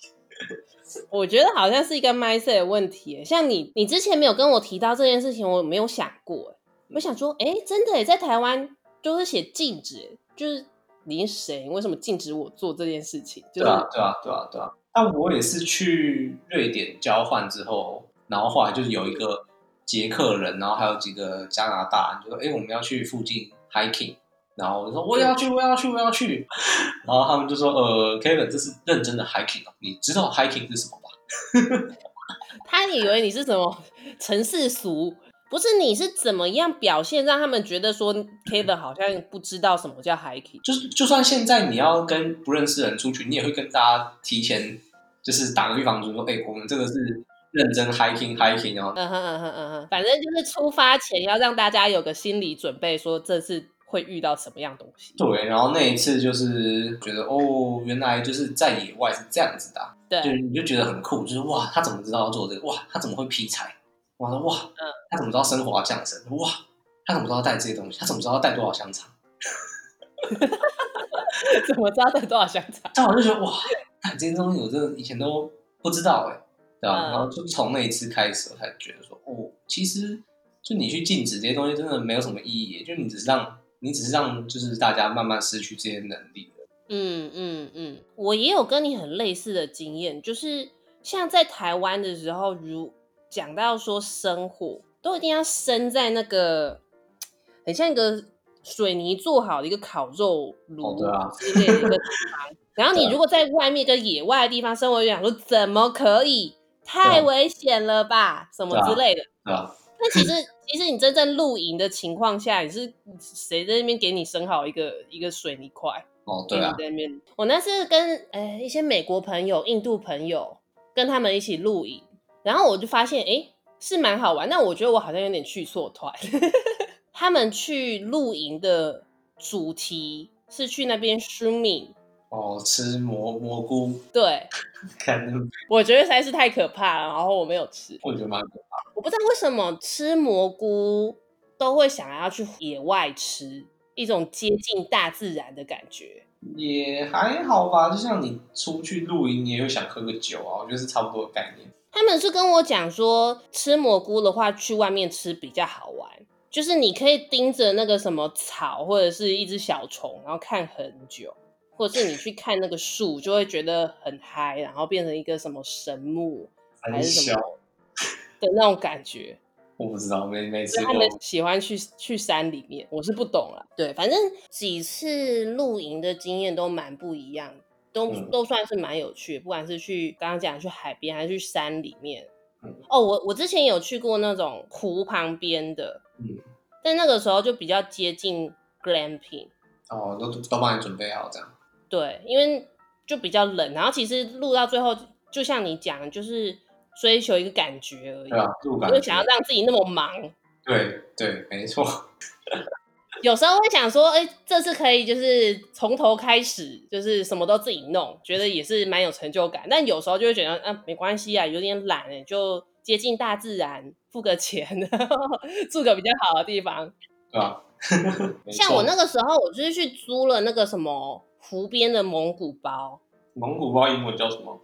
Speaker 1: 我觉得好像是一个 mindset 的问题耶。像你，你之前没有跟我提到这件事情，我没有想过耶。我想说，哎，真的耶，在台湾就是写禁止耶，就是你是谁？为什么禁止我做这件事情？就
Speaker 2: 对
Speaker 1: 是、
Speaker 2: 啊，对啊，对啊，对啊。但我也是去瑞典交换之后，然后后来就是有一个捷克人，然后还有几个加拿大人，就说：“哎，我们要去附近 hiking。”然后我就说：“我也要去，我也要去，我也要去。”然后他们就说：“呃，Kevin，这是认真的 hiking 哦，你知道 hiking 是什么吧
Speaker 1: 他以为你是什么城市俗，不是你是怎么样表现让他们觉得说 Kevin 好像不知道什么叫 hiking？”
Speaker 2: 就是就算现在你要跟不认识的人出去，你也会跟大家提前就是打个预防针，说：“哎，我们这个是认真 hiking hiking 哦。”
Speaker 1: 嗯哼嗯哼嗯哼，反正就是出发前要让大家有个心理准备，说这次会遇到什么样东西。
Speaker 2: 对，然后那一次就是觉得哦，原来就是在野外是这样子的啊、
Speaker 1: 对，
Speaker 2: 就是你就觉得很酷，就是哇，他怎么知道要做这个？哇，他怎么会劈柴？我说哇，
Speaker 1: 嗯
Speaker 2: 他怎么知道生火要降神？哇，他怎么知道带这些东西？他怎么知道要带多少香肠？
Speaker 1: (laughs) 怎么知道带多少香肠？
Speaker 2: 但我就觉得哇， (laughs) 干这些东西我真的以前都不知道哎、对吧、
Speaker 1: 嗯
Speaker 2: 然后就从那一次开始，我才觉得说哦，其实就你去禁止这些东西，真的没有什么意义，就你只是让你只是让就是大家慢慢失去这些能力了。
Speaker 1: 嗯嗯嗯，我也有跟你很类似的经验，就是像在台湾的时候，如讲到说生火，都一定要生在那个很像一个水泥做好的一个烤肉
Speaker 2: 哦
Speaker 1: 炉
Speaker 2: 对啊
Speaker 1: 之类的一个地
Speaker 2: (laughs)
Speaker 1: 方。然后你如果在外面一个野外的地方生活，就想说怎么可以？太危险了吧，什么
Speaker 2: 啊对啊
Speaker 1: 之类的。
Speaker 2: 对吧？
Speaker 1: 那其实，其实你真正露营的情况下，你是谁在那边给你生好一个一个水泥块？
Speaker 2: 哦，对啊，
Speaker 1: 在那边。我那次跟呃一些美国朋友、印度朋友跟他们一起露营，然后我就发现哎、诶是蛮好玩，但我觉得我好像有点去错团。 (laughs) 他们去露营的主题是去那边 swimming，
Speaker 2: 哦，吃蘑蘑菇，
Speaker 1: 对
Speaker 2: 看那个
Speaker 1: 我觉得实在是太可怕了，然后我没有吃，
Speaker 2: 我觉得蛮可怕
Speaker 1: 我不知道为什么吃蘑菇都会想要去野外吃，一种接近大自然的感觉。
Speaker 2: 也还好吧。就像你出去露营，你也会想喝个酒啊，我觉得是差不多的概念。
Speaker 1: 他们是跟我讲说，吃蘑菇的话，去外面吃比较好玩，就是你可以盯着那个什么草或者是一只小虫，然后看很久，或者是你去看那个树，就会觉得很嗨，然后变成一个什么神木还
Speaker 2: 很
Speaker 1: 是什
Speaker 2: 小
Speaker 1: 么，的那种感觉。
Speaker 2: 我不知道，没没
Speaker 1: 所
Speaker 2: 吃
Speaker 1: 以
Speaker 2: 过
Speaker 1: 他。们喜欢去去山里面，我是不懂了。对，反正几次露营的经验都蛮不一样，都、
Speaker 2: 嗯
Speaker 1: 都算是蛮有趣的。不管是去刚刚讲去海边，还是去山里面。
Speaker 2: 嗯
Speaker 1: 哦，我我之前有去过那种湖旁边的，
Speaker 2: 嗯
Speaker 1: 但那个时候就比较接近 glamping，
Speaker 2: 哦，都都帮你准备好这样。
Speaker 1: 对，因为就比较冷。然后其实录到最后，就像你讲的，就是追求一个感觉而已，
Speaker 2: 对啊，入感
Speaker 1: 因为想要让自己那么忙，
Speaker 2: 对对，没错。
Speaker 1: 有时候会想说，哎、这次可以就是从头开始，就是什么都自己弄，觉得也是蛮有成就感。但有时候就会觉得，啊，没关系啊，有点懒哎、就接近大自然，付个钱，然后 (laughs) 住个比较好的地方。
Speaker 2: 对吧？ (laughs) 没错
Speaker 1: 像我那个时候，我就是去租了那个什么湖边的蒙古包，
Speaker 2: 蒙古包英文叫什么？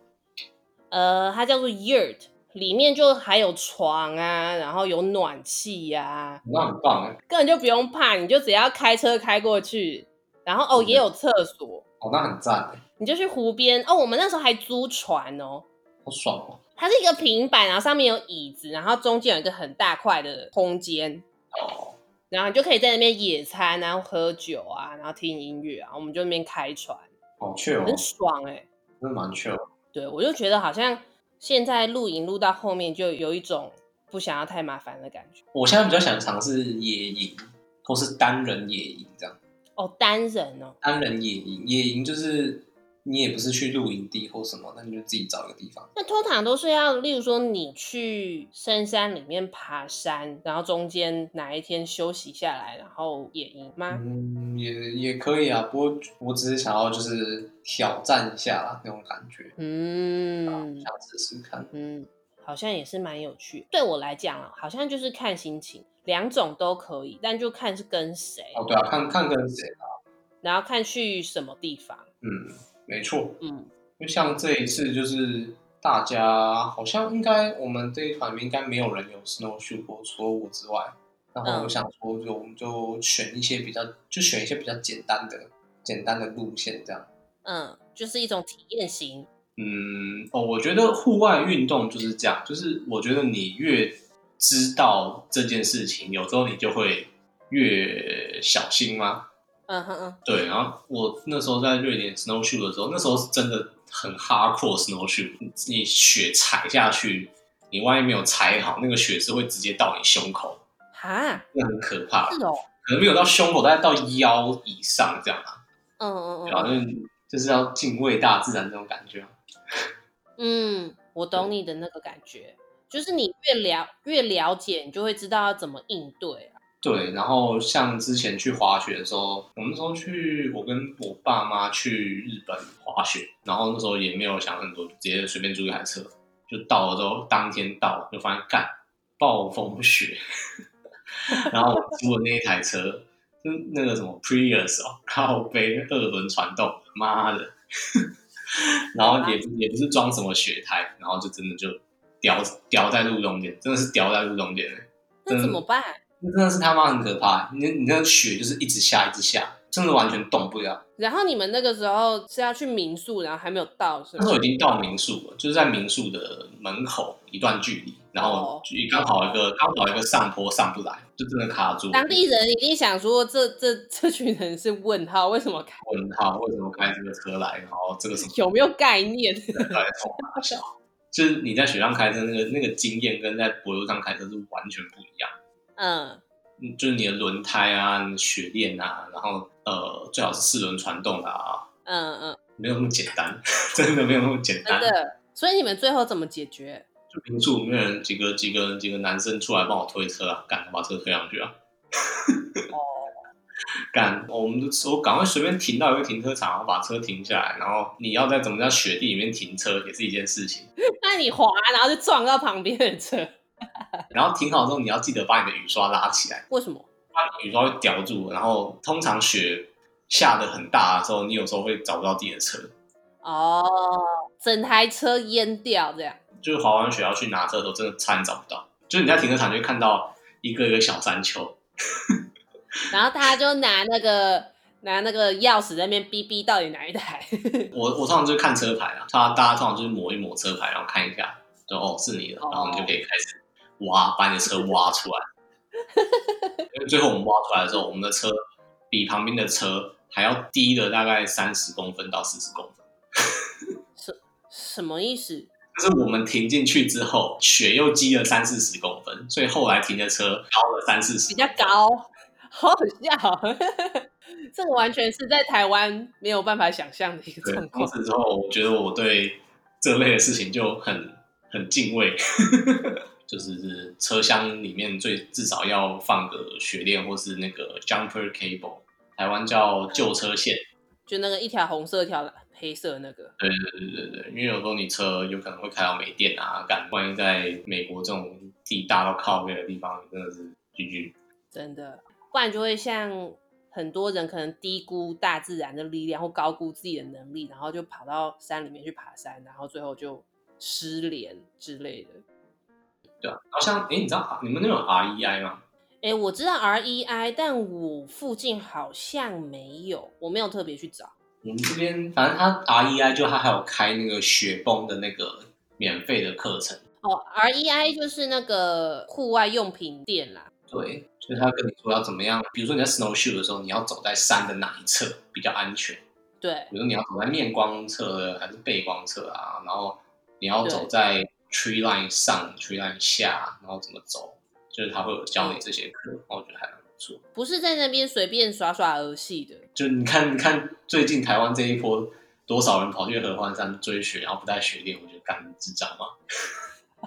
Speaker 1: 呃，它叫做 yurt，里面就还有床啊，然后有暖气呀、
Speaker 2: 那很棒哎，
Speaker 1: 根本就不用怕，你就只要开车开过去，然后哦
Speaker 2: 嗯
Speaker 1: 也有厕所，
Speaker 2: 哦，那很赞哎，
Speaker 1: 你就去湖边哦。我们那时候还租船哦，
Speaker 2: 好爽哦。
Speaker 1: 它是一个平板，然后上面有椅子，然后中间有一个很大块的空间，
Speaker 2: 哦，
Speaker 1: 然后你就可以在那边野餐，然后喝酒啊，然后听音乐啊，我们就那边开船，
Speaker 2: 好 c 哦，
Speaker 1: 很爽哎、
Speaker 2: 真的蛮 c 哦。
Speaker 1: 对我就觉得好像现在露营露到后面就有一种不想要太麻烦的感觉
Speaker 2: 我现在比较想尝试野营，或是单人野营这样。
Speaker 1: 哦，单人哦，
Speaker 2: 单人野营，野营就是你也不是去露营地或什么，那你就自己找一个地方。
Speaker 1: 那通常都是要，例如说你去深山里面爬山，然后中间哪一天休息下来，然后野营吗？
Speaker 2: 嗯，也也可以啊，不过我只是想要就是挑战一下啦，那种感觉，
Speaker 1: 嗯
Speaker 2: 想试试看。
Speaker 1: 嗯，好像也是蛮有趣。对我来讲啊，好像就是看心情，两种都可以，但就看是跟谁，
Speaker 2: 哦，对啊，看看跟谁啊，
Speaker 1: 然后看去什么地方。
Speaker 2: 嗯，没错。
Speaker 1: 嗯，
Speaker 2: 就像这一次，就是大家好像应该我们这一团里面应该没有人有 snowshoe 过，除了我之外。然后我想说，就我们就选一些比较，就选一些比较简单的、简单的路线这样。
Speaker 1: 嗯，就是一种体验型。
Speaker 2: 嗯，哦，我觉得户外运动就是这样，就是我觉得你越知道这件事情，有时候你就会越小心嘛。
Speaker 1: 嗯哼嗯，
Speaker 2: 对，然后我那时候在瑞典 snowshoe 的时候，那时候是真的很 hardcore snowshoe，你你雪踩下去，你万一没有踩好，那个雪是会直接到你胸口，
Speaker 1: 哈，
Speaker 2: 那很可怕，
Speaker 1: 是哦，
Speaker 2: 可能没有到胸口，但是到腰以上这样啊，
Speaker 1: 嗯嗯
Speaker 2: 然
Speaker 1: 嗯
Speaker 2: 后就就是要敬畏大自然这种感觉啊。
Speaker 1: 嗯，我懂你的那个感觉，就是你越了越了解，你就会知道要怎么应对啊。
Speaker 2: 对，然后像之前去滑雪的时候，我们那时候去，我跟我爸妈去日本滑雪，然后那时候也没有想很多，就直接随便租一台车，就到了之后，当天到了就发现干暴风雪， (laughs) 然后我租的那一台车，就是那个什么 Prius 哦，靠背二轮传动，妈的， (laughs) 然后也也不是装什么雪胎，然后就真的就掉掉在路中间，真的是掉在路中间欸
Speaker 1: 那怎
Speaker 2: 真的
Speaker 1: 么办？
Speaker 2: 那真的是他妈很可怕。你你那个雪就是一直下，一直下，真的完全动不了。
Speaker 1: 然后你们那个时候是要去民宿，然后还没有到，是
Speaker 2: 那
Speaker 1: 吗
Speaker 2: 时？候已经到民宿了，就是在民宿的门口一段距离，然后
Speaker 1: 哦
Speaker 2: 就刚好一个刚好一个上坡上不来，就真的卡住了。
Speaker 1: 当地人一定想说这，这这群人是问号，为什么开
Speaker 2: 问号为什么开这个车来？然后这个什么
Speaker 1: 有没有概念？ (laughs)
Speaker 2: 人到底在冲哪小？就是你在雪上开车那个那个经验跟在柏油上开车是完全不一样。
Speaker 1: 嗯
Speaker 2: 嗯，就是你的轮胎啊、你的雪链啊，然后呃，最好是四轮传动啊，
Speaker 1: 嗯嗯，
Speaker 2: 没有那么简单， (laughs) 真的没有那么简单
Speaker 1: 真。的。所以你们最后怎么解决？
Speaker 2: 就民宿里面人几个几个几个男生出来帮我推车啊，赶快把车推上去啊！ (laughs) 干，我们就我赶快随便停到一个停车场，然后把车停下来，然后你要在怎么在雪地里面停车也是一件事情，
Speaker 1: 那你滑，然后就撞到旁边的车，
Speaker 2: 然后停好之后你要记得把你的雨刷拉起来，
Speaker 1: 为什么？
Speaker 2: 不然你雨刷会叼住，然后通常雪下的很大的时候，你有时候会找不到自己的车，
Speaker 1: 哦，整台车淹掉这样。
Speaker 2: 就是滑完雪要去拿车的时候，真的差点找不到，就是你在停车场就会看到一个一个小山丘，
Speaker 1: 然后他就拿那个拿那个钥匙在那边逼逼到底哪一台， (laughs)
Speaker 2: 我我通常就是看车牌啊，他大家通常就是抹一抹车牌，然后看一下，就哦是你的，
Speaker 1: 哦
Speaker 2: 然后你就可以开始挖，把你的车挖出来。 (laughs) 因为最后我们挖出来的时候，我们的车比旁边的车还要低了大概三十公分到四十公分。
Speaker 1: 什么意思？
Speaker 2: 可是我们停进去之后，雪又积了三四十公分，所以后来停的车高了三四十，
Speaker 1: 比较。高，好好笑 (laughs) 哦，这个完全是在台湾没有办法想象的一个
Speaker 2: 对，
Speaker 1: 状
Speaker 2: 从
Speaker 1: 况。
Speaker 2: 此之后，我觉得我对这类的事情就很很敬畏， (laughs) 就是车厢里面最至少要放个雪链或是那个 jumper cable，台湾叫救车线，
Speaker 1: 就那个一条红色一条黑色的那个。
Speaker 2: 对对对对对，因为有时候你车有可能会开到没电啊，干万一在美国这种地大到靠背的地方，真的是 GG。
Speaker 1: 真的，不然就会像很多人可能低估大自然的力量，或高估自己的能力，然后就跑到山里面去爬山，然后最后就失联之类的。
Speaker 2: 对啊，然后像哎，你知道你们那种 REI 吗？
Speaker 1: 哎，我知道 REI，但我附近好像没有，我没有特别去找。
Speaker 2: 我们这边反正它 REI 就它还有开那个雪崩的那个免费的课程，
Speaker 1: 哦，REI 就是那个户外用品店啦。
Speaker 2: 对，就是他跟你说要怎么样，比如说你在 snowshoe 的时候，你要走在山的哪一侧比较安全，
Speaker 1: 对
Speaker 2: 比如说你要走在面光侧还是背光侧啊，然后你要
Speaker 1: 对
Speaker 2: 走在 tree line 上、tree line 下，然后怎么走，就是他会有教你这些课，然后我觉得还蛮不错。
Speaker 1: 不是在那边随便耍耍儿戏的。
Speaker 2: 就你看，你看最近台湾这一波，多少人跑去合欢山追雪，然后不带雪链，我觉得干你智障嘛。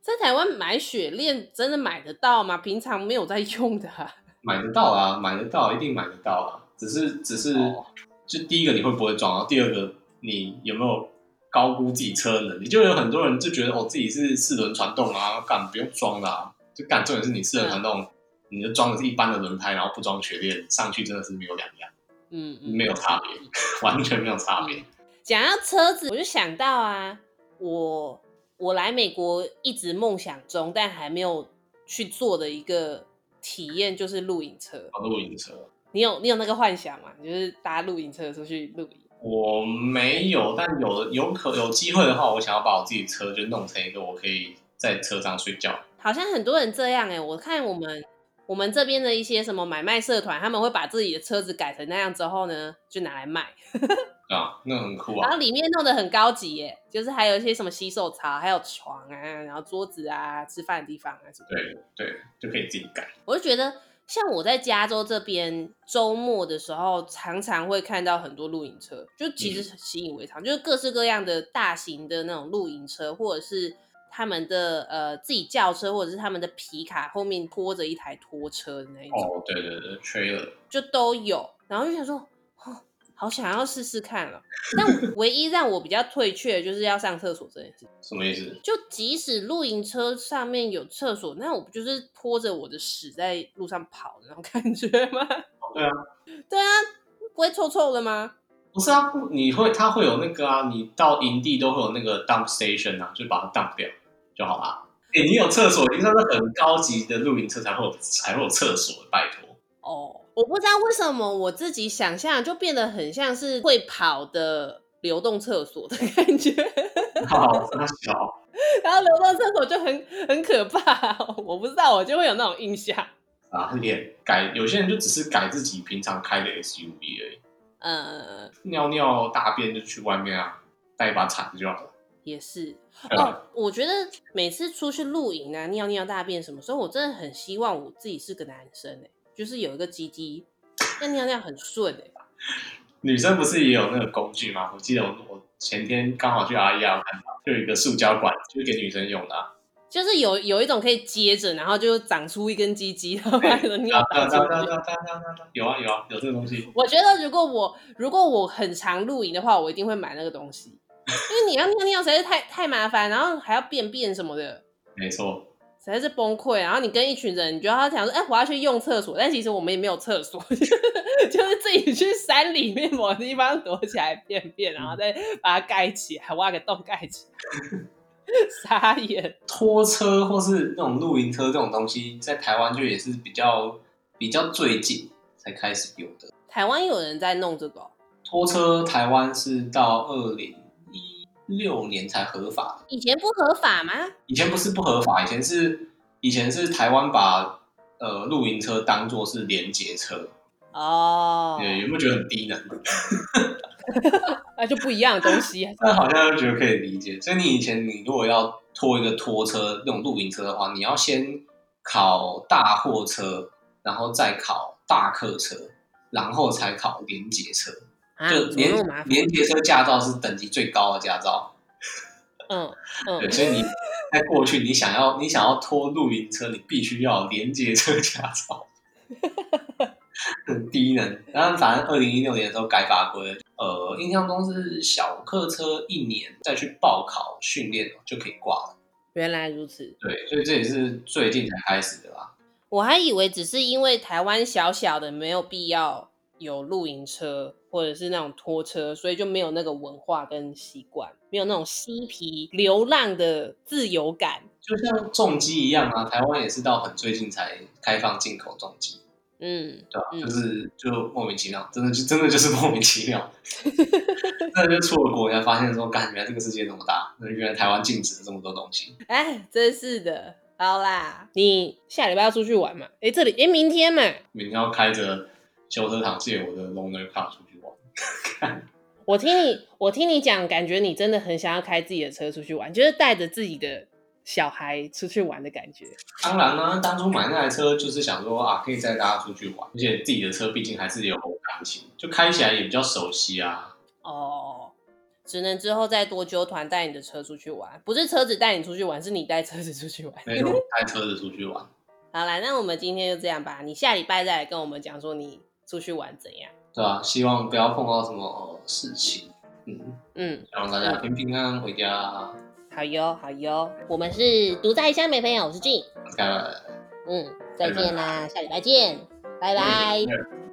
Speaker 1: 在台湾买雪链真的买得到吗？平常没有在用的、啊。
Speaker 2: 买得到啊，买得到，一定买得到啊。只是只是，
Speaker 1: 哦
Speaker 2: 就第一个你会不会撞，然后第二个你有没有高估自己车的能力？就有很多人就觉得哦自己是四轮传动啊，干不用装啦、就干重点是你四轮传动，你就装的是一般的轮胎，然后不装雪链，上去真的是没有两样， (laughs)
Speaker 1: 嗯，嗯
Speaker 2: 没有差别，完全没有差别。
Speaker 1: 讲到车子，我就想到啊，我我来美国一直梦想中，但还没有去做的一个体验就是露营车。
Speaker 2: 好多露营车，
Speaker 1: 你有你有那个幻想吗？就是搭露营车出去露营？
Speaker 2: 我没有，但有的有可有机会的话，我想要把我自己车就弄成一个我可以在车上睡觉。
Speaker 1: 好像很多人这样哎、我看我们我们这边的一些什么买卖社团，他们会把自己的车子改成那样之后呢，就拿来卖，
Speaker 2: 对啊，那很酷
Speaker 1: 然
Speaker 2: 啊！
Speaker 1: 后里面弄得很高级耶、就是还有一些什么洗手槽，还有床啊，然后桌子啊，吃饭的地方啊什么的。
Speaker 2: 对对，就可以自己改。
Speaker 1: 我就觉得，像我在加州这边周末的时候，常常会看到很多露营车，就其实习以为常，就是各式各样的大型的那种露营车，或者是他们的呃自己轿车，或者是他们的皮卡后面拖着一台拖车的那一种，
Speaker 2: 哦，对对对，trailer，
Speaker 1: 就都有。然后就想说，哦，好想要试试看了。但唯一让我比 (laughs) 较退却的就是要上厕所这件事情。
Speaker 2: 什么意思？
Speaker 1: 就即使露营车上面有厕所，那我不就是拖着我的屎在路上跑的那种感觉吗？
Speaker 2: (laughs) 对啊，
Speaker 1: 对啊，不会臭臭的吗？
Speaker 2: 不是啊，不你会它会有那个啊，你到营地都会有那个 dump station 啊，就把它 dump 掉就好啦。哎、你有厕所，已经算是很高级的露营车才会有才会有厕所，拜托。 (laughs)
Speaker 1: 哦，我不知道为什么我自己想象就变得很像是会跑的流动厕所的感觉， (laughs)
Speaker 2: 好，那小，
Speaker 1: 然后流动厕所就很很可怕，哦我不知道我就会有那种印象。
Speaker 2: 啊，脸改，有些人就只是改自己平常开的 SUV 而已，
Speaker 1: 呃，
Speaker 2: 尿尿大便就去外面啊，带一把铲子就好了。
Speaker 1: 也是
Speaker 2: 嗯
Speaker 1: 哦，我觉得每次出去露营啊，尿尿大便什么时候，我真的很希望我自己是个男生哎、就是有一个鸡鸡，那尿尿很顺哎、
Speaker 2: 女生不是也有那个工具吗？我记得我我前天刚好去阿姨家看到，就有一个塑胶管，就是给女生用的、啊。
Speaker 1: 就是有有一种可以接着，然后就长出一根鸡鸡，然后把
Speaker 2: (laughs)
Speaker 1: 你的
Speaker 2: 啊
Speaker 1: 尿
Speaker 2: 对
Speaker 1: 打
Speaker 2: 啊对
Speaker 1: 出
Speaker 2: 啊对啊
Speaker 1: 来。
Speaker 2: 对啊对啊对啊对啊有啊有啊有这个东西，
Speaker 1: 我觉得如果我如果我很常露营的话，我一定会买那个东西，因为你要尿尿实在是太太麻烦，然后还要便便什么的，
Speaker 2: 没错。
Speaker 1: 实在是崩溃。然后你跟一群人，你就要想说，哎、我要去用厕所，但其实我们也没有厕所， (laughs) 就是自己去山里面某个地方躲起来便便，然后再把它盖起来，挖个洞盖起来， (laughs) 傻眼。
Speaker 2: 拖车或是那种露营车这种东西，在台湾就也是比较比较最近才开始有的。
Speaker 1: 台湾有人在弄这个哦、
Speaker 2: 拖车台湾是到二零一六年才合法的，
Speaker 1: 以前不合法吗？
Speaker 2: 以前不是不合法，以前是以前是台湾把呃露营车当做是连接车，
Speaker 1: 哦，
Speaker 2: 对，有没有觉得很低能？
Speaker 1: 那就不一样的东西。
Speaker 2: 但好像又觉得可以理解。所以你以前你如果要拖一个拖车那种露营车的话，你要先考大货车，然后再考大客车，然后才考连结车。
Speaker 1: 啊，
Speaker 2: 就
Speaker 1: 怎么
Speaker 2: 连
Speaker 1: 那么麻烦？
Speaker 2: 连结车驾照是等级最高的驾照。
Speaker 1: 嗯
Speaker 2: 对，
Speaker 1: 嗯，
Speaker 2: 所以你在过去你想要你想要拖露营车，你必须要有连接车驾照。很低能，然后反正二零一六年的时候改法规了，呃，印象中是小客车一年再去报考训练就可以挂了。
Speaker 1: 原来如此，
Speaker 2: 对，所以这也是最近才开始的啦。
Speaker 1: 我还以为只是因为台湾小小的，没有必要有露营车或者是那种拖车，所以就没有那个文化跟习惯，没有那种嬉皮流浪的自由感。
Speaker 2: 就像重机一样啊，台湾也是到很最近才开放进口重机，
Speaker 1: 嗯，
Speaker 2: 对吧、
Speaker 1: 嗯
Speaker 2: 就是就莫名其妙，真的就真的就是莫名其妙， (laughs) 真的就出了国，你才发现说，干，原来这个世界这么大，那原来台湾禁止了这么多东西。
Speaker 1: 哎，真是的。好啦，你下礼拜要出去玩嘛？哎，这里哎，明天嘛，
Speaker 2: 明天要开着修车厂借我的 loaner car 出去玩，
Speaker 1: 我听你，我听你讲，感觉你真的很想要开自己的车出去玩，就是带着自己的小孩出去玩的感觉。
Speaker 2: 当然啦、当初买那台车就是想说啊，可以载大家出去玩，而且自己的车毕竟还是有感情，就开起来也比较熟悉啊。
Speaker 1: 哦，只能之后再多揪团带你的车出去玩，不是车子带你出去玩，是你带车子出去玩。
Speaker 2: 那就开车子出去玩。
Speaker 1: 好啦，那我们今天就这样吧，你下礼拜再来跟我们讲说你出去玩怎样。
Speaker 2: 对啊，希望不要碰到什么事情，嗯，
Speaker 1: 嗯，
Speaker 2: 希望大家平平安安回家，
Speaker 1: 好哟，好哟，我们是独在异乡没朋友，我是俊。
Speaker 2: 大家
Speaker 1: 嗯，再见啦，下礼拜见，拜
Speaker 2: 拜
Speaker 1: 拜。
Speaker 2: 拜